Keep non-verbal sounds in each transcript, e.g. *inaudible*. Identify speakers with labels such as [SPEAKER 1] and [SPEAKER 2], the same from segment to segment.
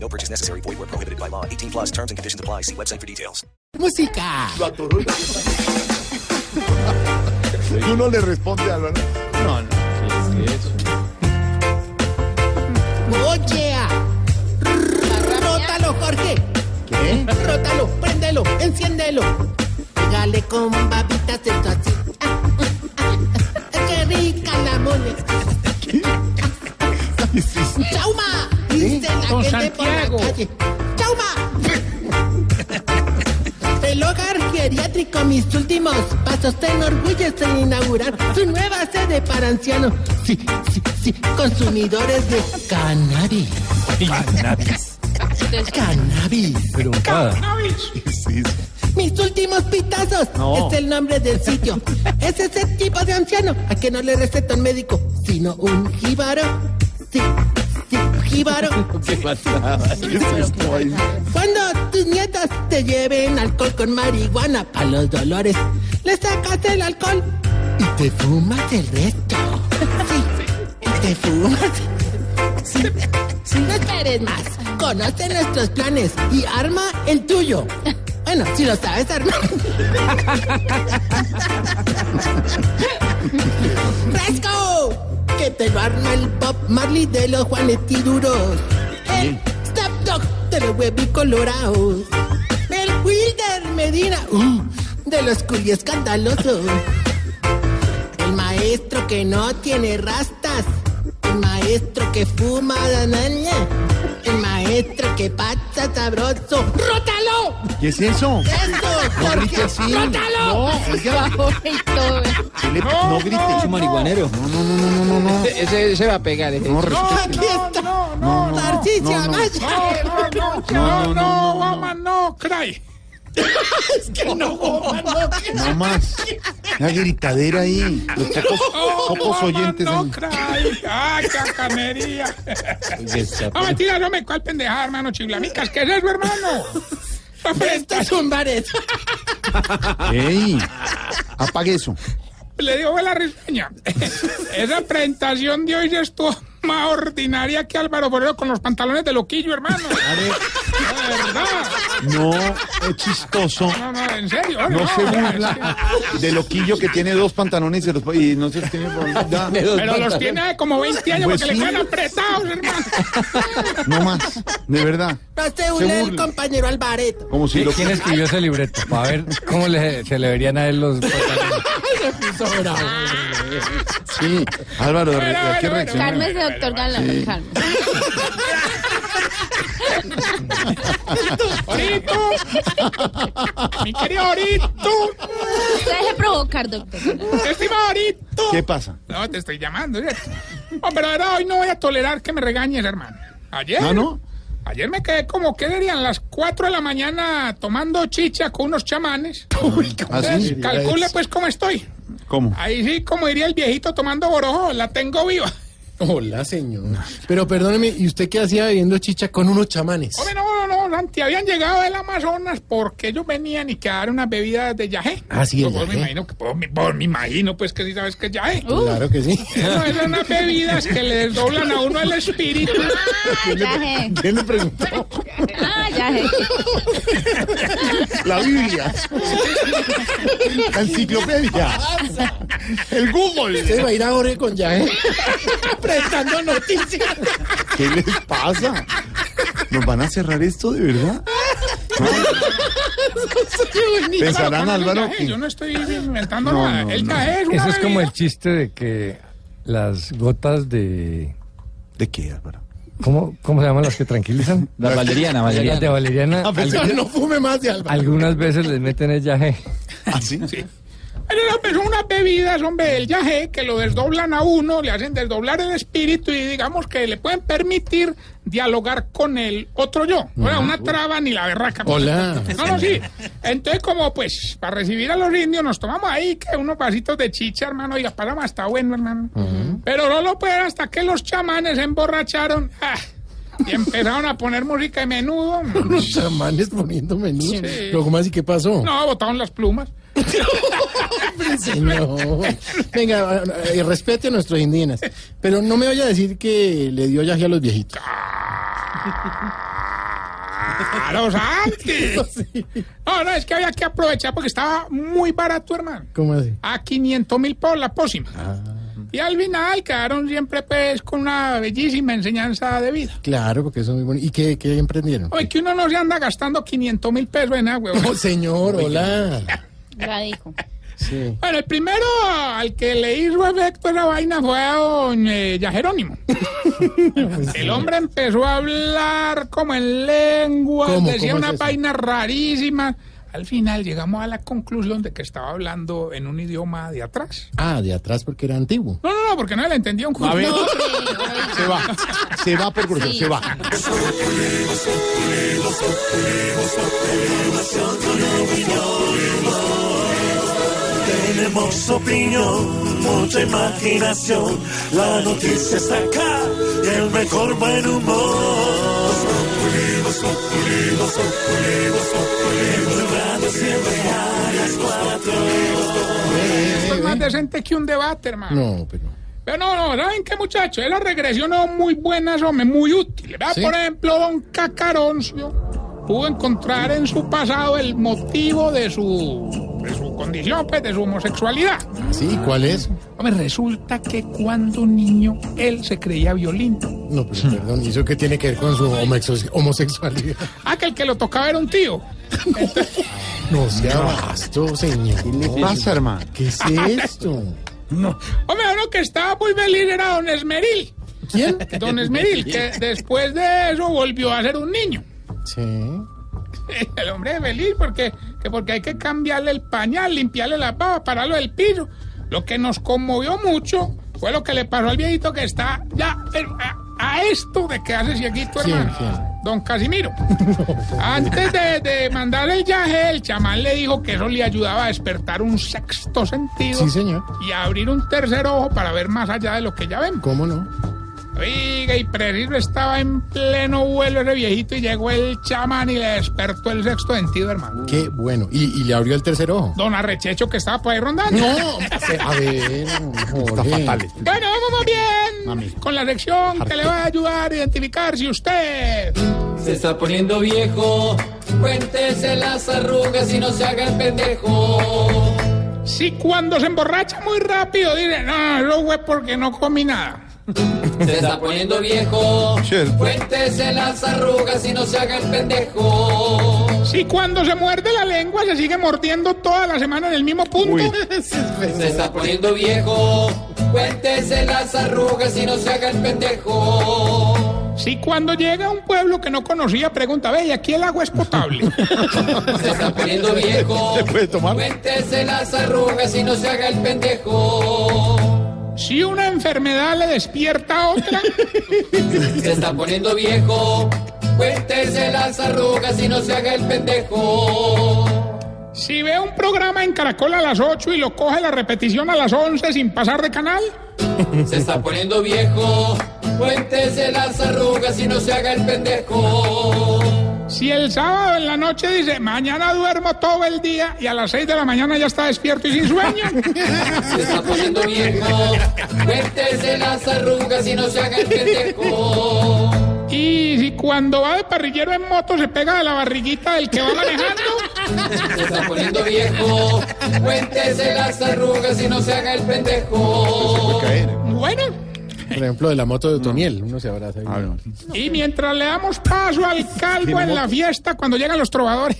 [SPEAKER 1] No purchase necessary. Void where prohibited by law. 18 plus terms and conditions apply. See website for details.
[SPEAKER 2] ¡Música! Uno le responde a la... No, no. ¡Oye! ah. ¡Rótalo, Jorge! ¿Qué? ¡Rótalo, préndelo, enciéndelo! Pégale con babitas esto así. Ah, ah, ah, ¡Qué rica la mole! ¡Chauma! Dice la gente por la calle. ¡Chauma! El hogar geriátrico, mis últimos pasos, te enorgullece de inaugurar su nueva sede para ancianos. Sí, sí, sí, consumidores de cannabis. *laughs* Cannabis. Pero Mis últimos pitazos es el nombre del sitio. es ese tipo de anciano a que no le receta un médico, sino un jíbaro. Sí, sí, jíbaro.
[SPEAKER 3] *laughs*
[SPEAKER 2] Cuando tus nietos te lleven alcohol con marihuana para los dolores, le sacas el alcohol y te fumas el resto. Sí, y te fumas. Si no esperes más, conoce nuestros planes y arma el tuyo. Bueno, si lo sabes armar. ¡Fresco! Que te lo arma el Bob Marley de los Juanetiduros. El Snap Dog de los Webby Colorados. El Wilder Medina uh,
[SPEAKER 3] Mm.
[SPEAKER 2] de los Culi Escandalosos. El maestro que no tiene rastas. El maestro que fuma danaña. El maestro que pasa sabroso. ¡Rótalo!
[SPEAKER 3] ¿Qué es eso?
[SPEAKER 2] ¡Eso, Jorge!
[SPEAKER 3] grites así.
[SPEAKER 2] ¡Rótalo!
[SPEAKER 3] No,
[SPEAKER 2] *laughs*
[SPEAKER 3] oiga, ¿qué le- no, grites.
[SPEAKER 4] marihuanero. Ese se va a pegar. ese.
[SPEAKER 3] No, respete.
[SPEAKER 2] ¡Aquí está! ¡Tarcisio
[SPEAKER 3] no, no.
[SPEAKER 2] Amaya!
[SPEAKER 3] No, no, no, no,
[SPEAKER 5] no, cray.
[SPEAKER 2] Es que no, Goma, no.
[SPEAKER 3] no más. Una gritadera ahí. Los pocos, pocos oyentes.
[SPEAKER 5] no,
[SPEAKER 3] ahí.
[SPEAKER 5] cray. Ay, cacanería. No, mentira, no me cual pendejada, hermano chiblamicas. ¿Qué es eso, hermano? La
[SPEAKER 2] Esto
[SPEAKER 5] frente,
[SPEAKER 2] es un baret.
[SPEAKER 3] ¡Ey! Apague eso.
[SPEAKER 5] le digo a la risueña. Esa presentación de hoy estuvo más ordinaria que Álvaro Borrero con los pantalones de loquillo, hermano. De verdad.
[SPEAKER 3] No, es chistoso.
[SPEAKER 5] No, no, en serio.
[SPEAKER 3] No se
[SPEAKER 5] es
[SPEAKER 3] burla de loquillo que tiene dos pantalones y, los, y no se tiene por ya,
[SPEAKER 5] que- Pero los tiene de como 20 años
[SPEAKER 3] Pues
[SPEAKER 5] porque
[SPEAKER 3] sí.
[SPEAKER 5] le quedan apretados, hermano.
[SPEAKER 3] No más. De verdad.
[SPEAKER 2] No se
[SPEAKER 3] Se
[SPEAKER 2] une el
[SPEAKER 3] burla.
[SPEAKER 2] compañero Albareto.
[SPEAKER 3] Como si lo
[SPEAKER 6] ¿Quién escribió ese libreto? Para ver cómo le- se le verían a él los pantalones.
[SPEAKER 3] Sí. Álvaro, de re-
[SPEAKER 5] Bueno,
[SPEAKER 3] ¿a qué
[SPEAKER 5] bueno,
[SPEAKER 3] reacciona?
[SPEAKER 5] bueno.
[SPEAKER 7] Cálmese, doctor Galán. cálmese.
[SPEAKER 5] Orito. Mi querido Orito.
[SPEAKER 7] Usted deje provocar, doctor. Galán.
[SPEAKER 5] Estimado Orito.
[SPEAKER 3] ¿Qué pasa?
[SPEAKER 5] No, te estoy llamando, ¿cierto? No, pero ahora hoy no voy a tolerar que me regañes, hermano. Ayer.
[SPEAKER 3] ¿Ah, no?
[SPEAKER 5] Ayer me quedé como que dirían las 4 de la mañana tomando chicha con unos chamanes.
[SPEAKER 3] ¿Así?
[SPEAKER 5] Entonces, calcule pues cómo estoy.
[SPEAKER 3] ¿Cómo?
[SPEAKER 5] Ahí sí, como diría el viejito tomando borojo, la tengo viva.
[SPEAKER 8] Hola, señor. Pero perdóneme, ¿y usted qué hacía bebiendo chicha con unos chamanes?
[SPEAKER 5] Hombre, no, no, no, Santi, habían llegado del Amazonas porque ellos venían y quedaron unas bebidas de yagé.
[SPEAKER 8] Ah, sí, el
[SPEAKER 5] Pues, me
[SPEAKER 8] yagé.
[SPEAKER 5] imagino que, pues, me- pues, me imagino pues que sí sabes que es yagé.
[SPEAKER 8] Claro que sí.
[SPEAKER 5] No, esas son unas bebidas que le desdoblan a uno el espíritu.
[SPEAKER 7] Ah, ya sé.
[SPEAKER 3] ¿Quién le preguntó?
[SPEAKER 7] Ah, ya sé.
[SPEAKER 3] La Biblia. La enciclopedia. El Google.
[SPEAKER 8] Usted va a ir a Jorge con Yaje prestando noticias.
[SPEAKER 3] ¿Qué les pasa? ¿Nos van a cerrar esto de verdad? Pensarán,
[SPEAKER 5] Claro,
[SPEAKER 3] Álvaro,
[SPEAKER 5] el yagé,
[SPEAKER 3] que-
[SPEAKER 5] Yo no estoy inventando
[SPEAKER 3] No,
[SPEAKER 5] nada.
[SPEAKER 3] no,
[SPEAKER 5] el
[SPEAKER 3] no.
[SPEAKER 5] yagé es una
[SPEAKER 6] Eso es como el
[SPEAKER 5] bebida-
[SPEAKER 6] chiste de que las gotas de...
[SPEAKER 3] ¿De qué, Álvaro?
[SPEAKER 6] ¿Cómo, cómo se llaman las que tranquilizan?
[SPEAKER 4] *laughs* La valeriana,
[SPEAKER 6] Las de
[SPEAKER 8] Ah, pues,
[SPEAKER 4] valeriana.
[SPEAKER 6] valeriana.
[SPEAKER 8] A pesar,
[SPEAKER 6] algu-
[SPEAKER 8] no fume más de Álvaro.
[SPEAKER 6] algunas veces les meten el yaje.
[SPEAKER 3] ¿Ah, sí?
[SPEAKER 5] Sí. Pero no, pues son unas bebidas, hombre, del yagé, que lo desdoblan a uno, le hacen desdoblar el espíritu y digamos que le pueden permitir dialogar con el otro yo. O sea, una traba ni la berraca.
[SPEAKER 8] Hola.
[SPEAKER 5] No, no, sí. Entonces, como pues, para recibir a los indios, nos tomamos ahí que unos vasitos de chicha, hermano, y la palabra está bueno, hermano. Pero no lo puede hasta que los chamanes se emborracharon ah, y empezaron a poner música de
[SPEAKER 8] *laughs*
[SPEAKER 5] menudo.
[SPEAKER 8] Los chamanes poniendo menudo. Pero, ¿cómo así? ¿Qué pasó?
[SPEAKER 5] No, botaron las plumas.
[SPEAKER 8] No. Venga, eh, respete a nuestros indígenas. Pero no me vaya a decir que le dio yaje a los viejitos.
[SPEAKER 5] ¡A
[SPEAKER 8] *laughs*
[SPEAKER 5] los antes!
[SPEAKER 8] Sí.
[SPEAKER 5] No, no, es que había que aprovechar porque estaba muy barato, hermano.
[SPEAKER 8] ¿Cómo Ah. así?
[SPEAKER 5] A 500 mil por la pócima. Y al final quedaron siempre pues con una bellísima enseñanza de vida.
[SPEAKER 8] Claro, porque eso es muy bonito. ¿Y qué, qué emprendieron?
[SPEAKER 5] Oye, que uno no se anda gastando 500 mil pesos
[SPEAKER 8] *laughs*
[SPEAKER 5] en agua.
[SPEAKER 8] Oh, señor, hola.
[SPEAKER 7] Ya dijo.
[SPEAKER 8] Sí.
[SPEAKER 5] Bueno, el primero al que le hizo efecto esa vaina fue a don eh, ya Jerónimo.
[SPEAKER 8] Pues
[SPEAKER 5] el hombre empezó a hablar como en lengua,
[SPEAKER 8] ¿Cómo?
[SPEAKER 5] decía
[SPEAKER 8] ¿Cómo es
[SPEAKER 5] una
[SPEAKER 8] eso?
[SPEAKER 5] vaina rarísima. Al final llegamos a la conclusión de que estaba hablando en un idioma de atrás.
[SPEAKER 8] Ah, de atrás porque era antiguo.
[SPEAKER 5] No, no, no, porque no le entendía un culo.
[SPEAKER 3] ver.
[SPEAKER 5] No,
[SPEAKER 3] Se va. Se va por grupo, se va.
[SPEAKER 9] Tenemos opinión, mucha imaginación. La noticia está acá y el mejor buen humor. Los populimos, populimos, populimos, populimos. En Radio siempre a las cuatro.
[SPEAKER 5] esto es más decente que un debate, hermano.
[SPEAKER 8] No, pero.
[SPEAKER 5] Pero no, no, ¿saben qué, muchachos? Las regresiones son muy buenas, hombre, muy útiles. ¿verdad? Por ejemplo, don Cacaroncio pudo encontrar en su pasado el motivo de su, de su condición, pues, de su homosexualidad.
[SPEAKER 8] Sí, ¿y ¿cuál es?
[SPEAKER 5] Hombre, resulta que cuando niño él se creía violín.
[SPEAKER 8] No, pero perdón, ¿y eso qué tiene que ver con su homexo- homosexualidad?
[SPEAKER 5] Ah, que el que lo tocaba era un tío.
[SPEAKER 8] No sea vasto, señor. ¿Qué le
[SPEAKER 3] Pasa, hermano.
[SPEAKER 8] ¿Qué es esto?
[SPEAKER 5] Hombre, uno que estaba muy feliz era don Esmeril.
[SPEAKER 8] ¿Quién?
[SPEAKER 5] Don
[SPEAKER 8] *laughs*
[SPEAKER 5] Esmeril, que después de eso volvió a ser un niño.
[SPEAKER 8] Sí.
[SPEAKER 5] *laughs* El hombre es feliz porque, que porque hay que cambiarle el pañal, limpiarle la pava, pararlo del piso. Lo que nos conmovió mucho fue lo que le pasó al viejito que está ya pero a, a esto de que hace cieguito,
[SPEAKER 8] ¿Quién,
[SPEAKER 5] hermano.
[SPEAKER 8] quién?
[SPEAKER 5] Don
[SPEAKER 8] *laughs*
[SPEAKER 5] Casimiro. Antes de, de mandar el yaje, el chamán le dijo que eso le ayudaba a despertar un sexto sentido
[SPEAKER 8] Sí, señor.
[SPEAKER 5] y a abrir un tercer ojo para ver más allá de lo que ya vemos.
[SPEAKER 8] ¿Cómo no?
[SPEAKER 5] Oiga, y preciso estaba en pleno vuelo ese viejito y llegó el chamán y le despertó el sexto sentido, hermano.
[SPEAKER 8] Qué bueno. ¿Y, y le abrió el tercer ojo?
[SPEAKER 5] Don Arrechecho que estaba por ahí rondando.
[SPEAKER 8] No, a ver,
[SPEAKER 3] Eh, Está
[SPEAKER 8] Jorge.
[SPEAKER 3] fatal. este.
[SPEAKER 5] Bueno, vamos muy bien
[SPEAKER 3] Mami.
[SPEAKER 5] con la sección que le va a ayudar a identificar si usted...
[SPEAKER 4] Se está poniendo viejo. Cuéntese las arrugas y no se haga el pendejo.
[SPEAKER 5] Si cuando se emborracha muy rápido dice, no, no, no, güey, porque no comí nada.
[SPEAKER 4] Se está poniendo viejo. Cuéntese las arrugas y no se haga el pendejo.
[SPEAKER 5] Si cuando se muerde la lengua se sigue mordiendo toda la semana en el mismo punto.
[SPEAKER 8] *laughs*
[SPEAKER 4] Se está poniendo viejo. Cuéntese las arrugas y no se haga el pendejo.
[SPEAKER 5] Si cuando llega a un pueblo que no conocía pregunta, ve, ¿y aquí el agua es potable?
[SPEAKER 4] Se está poniendo
[SPEAKER 3] *laughs*
[SPEAKER 4] viejo.
[SPEAKER 3] ¿Se puede tomar?
[SPEAKER 4] Cuéntese las arrugas y no se haga el pendejo.
[SPEAKER 5] si una enfermedad le despierta a otra...
[SPEAKER 4] Se está poniendo viejo. Cuéntese las arrugas y no se haga el pendejo.
[SPEAKER 5] Si ve un programa en Caracol a las 8 y lo coge la repetición a las 11 sin pasar de canal,
[SPEAKER 4] Se está poniendo viejo. Cuéntese las arrugas y no se haga el pendejo.
[SPEAKER 5] si el sábado en la noche dice mañana duermo todo el día y a las 6 de la mañana ya está despierto y sin sueño,
[SPEAKER 4] Se está poniendo viejo. Cuéntese las arrugas y no se haga el pendejo.
[SPEAKER 5] y si cuando va de parrillero en moto se pega de la barriguita del que va manejando,
[SPEAKER 4] Se está poniendo viejo. Cuéntese las arrugas y no se haga el pendejo.
[SPEAKER 5] bueno,
[SPEAKER 8] Por ejemplo, de la moto de Otoniel, uno se abraza. ahí.
[SPEAKER 3] Ah, no.
[SPEAKER 5] y mientras le damos paso al calvo en la fiesta cuando llegan los trovadores.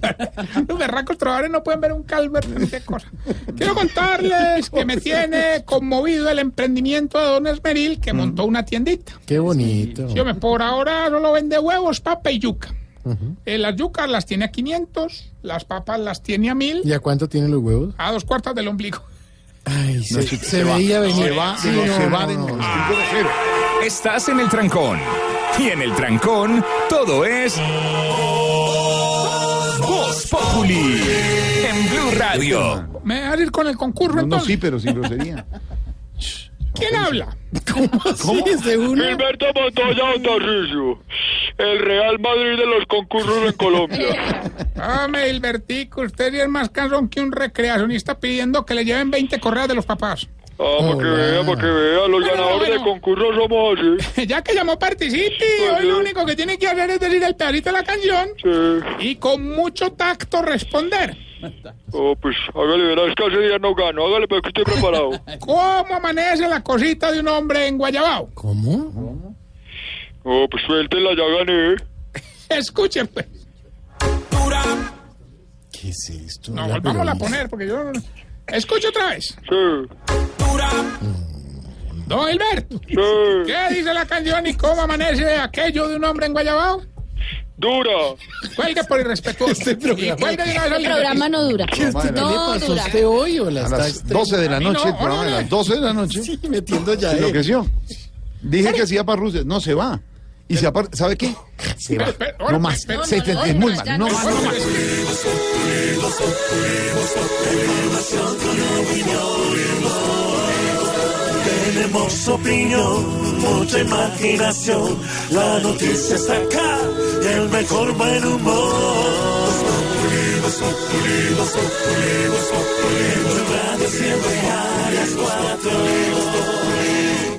[SPEAKER 5] *laughs* Los berracos trovadores no pueden ver un calvo hermano, qué cosa. Quiero contarles que me tiene conmovido el emprendimiento de Don
[SPEAKER 2] Mm.
[SPEAKER 5] Esmeril que montó una tiendita.
[SPEAKER 8] Qué bonito.
[SPEAKER 5] Sí, hombre, por ahora solo vende huevos, papa y yuca. Eh, las yucas las tiene a 500, las papas las tiene a 1000,
[SPEAKER 2] ¿Y a cuánto tienen los huevos?
[SPEAKER 5] a dos cuartas del ombligo.
[SPEAKER 2] Ay, se,
[SPEAKER 3] se-
[SPEAKER 2] se
[SPEAKER 3] se va,
[SPEAKER 2] veía venir.
[SPEAKER 3] se va,
[SPEAKER 2] Sí,
[SPEAKER 3] no,
[SPEAKER 2] no,
[SPEAKER 3] se
[SPEAKER 2] no,
[SPEAKER 3] va de- Ah,
[SPEAKER 2] no, no.
[SPEAKER 1] Estás en el trancón. Y en el trancón, todo es. Voz Populi. En Blue Radio.
[SPEAKER 5] ¿Me voy a ir con el concurso
[SPEAKER 3] No, no,
[SPEAKER 5] entonces?
[SPEAKER 3] sí, pero *laughs* sin grosería.
[SPEAKER 5] ¿Quién habla?
[SPEAKER 2] ¿Cómo? ¿De uno?
[SPEAKER 4] Gilberto Montoya Otarrillo, el Real Madrid de los concursos en Colombia.
[SPEAKER 5] Hombre, Hilbertico, usted ya es más cansón que un recreacionista pidiendo que le lleven 20 correas de los papás. *laughs*
[SPEAKER 4] Ah, para que vea, para que vea, los ganadores de concursos somos así.
[SPEAKER 5] ya que llamó Participe, hoy lo único que tiene que hacer es decir el pedacito de la canción y con mucho tacto responder.
[SPEAKER 4] Oh, pues hágale, verás que hace días no gano, hágale, pero que estoy preparado.
[SPEAKER 5] ¿Cómo amanece la cosita de un hombre en Guayabao?
[SPEAKER 2] ¿Cómo?
[SPEAKER 4] Oh, pues suéltela, ya gané.
[SPEAKER 5] Escuchen, pues.
[SPEAKER 2] ¿Qué es esto?
[SPEAKER 5] No,
[SPEAKER 2] Ya,
[SPEAKER 5] volvamos a
[SPEAKER 2] pero-
[SPEAKER 5] poner porque yo no... Escucho otra vez.
[SPEAKER 4] Sí,
[SPEAKER 5] Don Hilberto,
[SPEAKER 4] sí,
[SPEAKER 5] ¿qué dice la canción y cómo amanece aquello de un hombre en Guayabao?
[SPEAKER 4] dura.
[SPEAKER 5] Cuelga por irrespetuoso. Y cuelga de una vez al
[SPEAKER 7] El programa no dura.
[SPEAKER 3] madre, ¿qué le
[SPEAKER 7] No
[SPEAKER 2] ¿Pasó
[SPEAKER 7] dura.
[SPEAKER 2] usted hoy o la
[SPEAKER 3] A
[SPEAKER 2] está
[SPEAKER 3] las
[SPEAKER 2] extrema?
[SPEAKER 3] 12 de la
[SPEAKER 5] no,
[SPEAKER 3] noche, el programa de
[SPEAKER 5] órale.
[SPEAKER 3] las 12 de la noche.
[SPEAKER 2] Sí, metiendo ya.
[SPEAKER 3] Se
[SPEAKER 2] eh.
[SPEAKER 3] enloqueció. Dije que hacía para Rusia. No, se va. Y se apar- ¿sabe qué? Se va.
[SPEAKER 5] Pero, pero, ahora,
[SPEAKER 3] No más.
[SPEAKER 5] pero,
[SPEAKER 3] Se te-
[SPEAKER 7] no,
[SPEAKER 3] es
[SPEAKER 7] no,
[SPEAKER 3] muy
[SPEAKER 7] ya
[SPEAKER 3] mal.
[SPEAKER 7] no.
[SPEAKER 3] No más, no más.
[SPEAKER 10] Tenemos opinión, mucha imaginación. La noticia está acá y el mejor buen humor. Populimos, populimos, populimos, populimos. En Blue Radio siempre a las cuatro.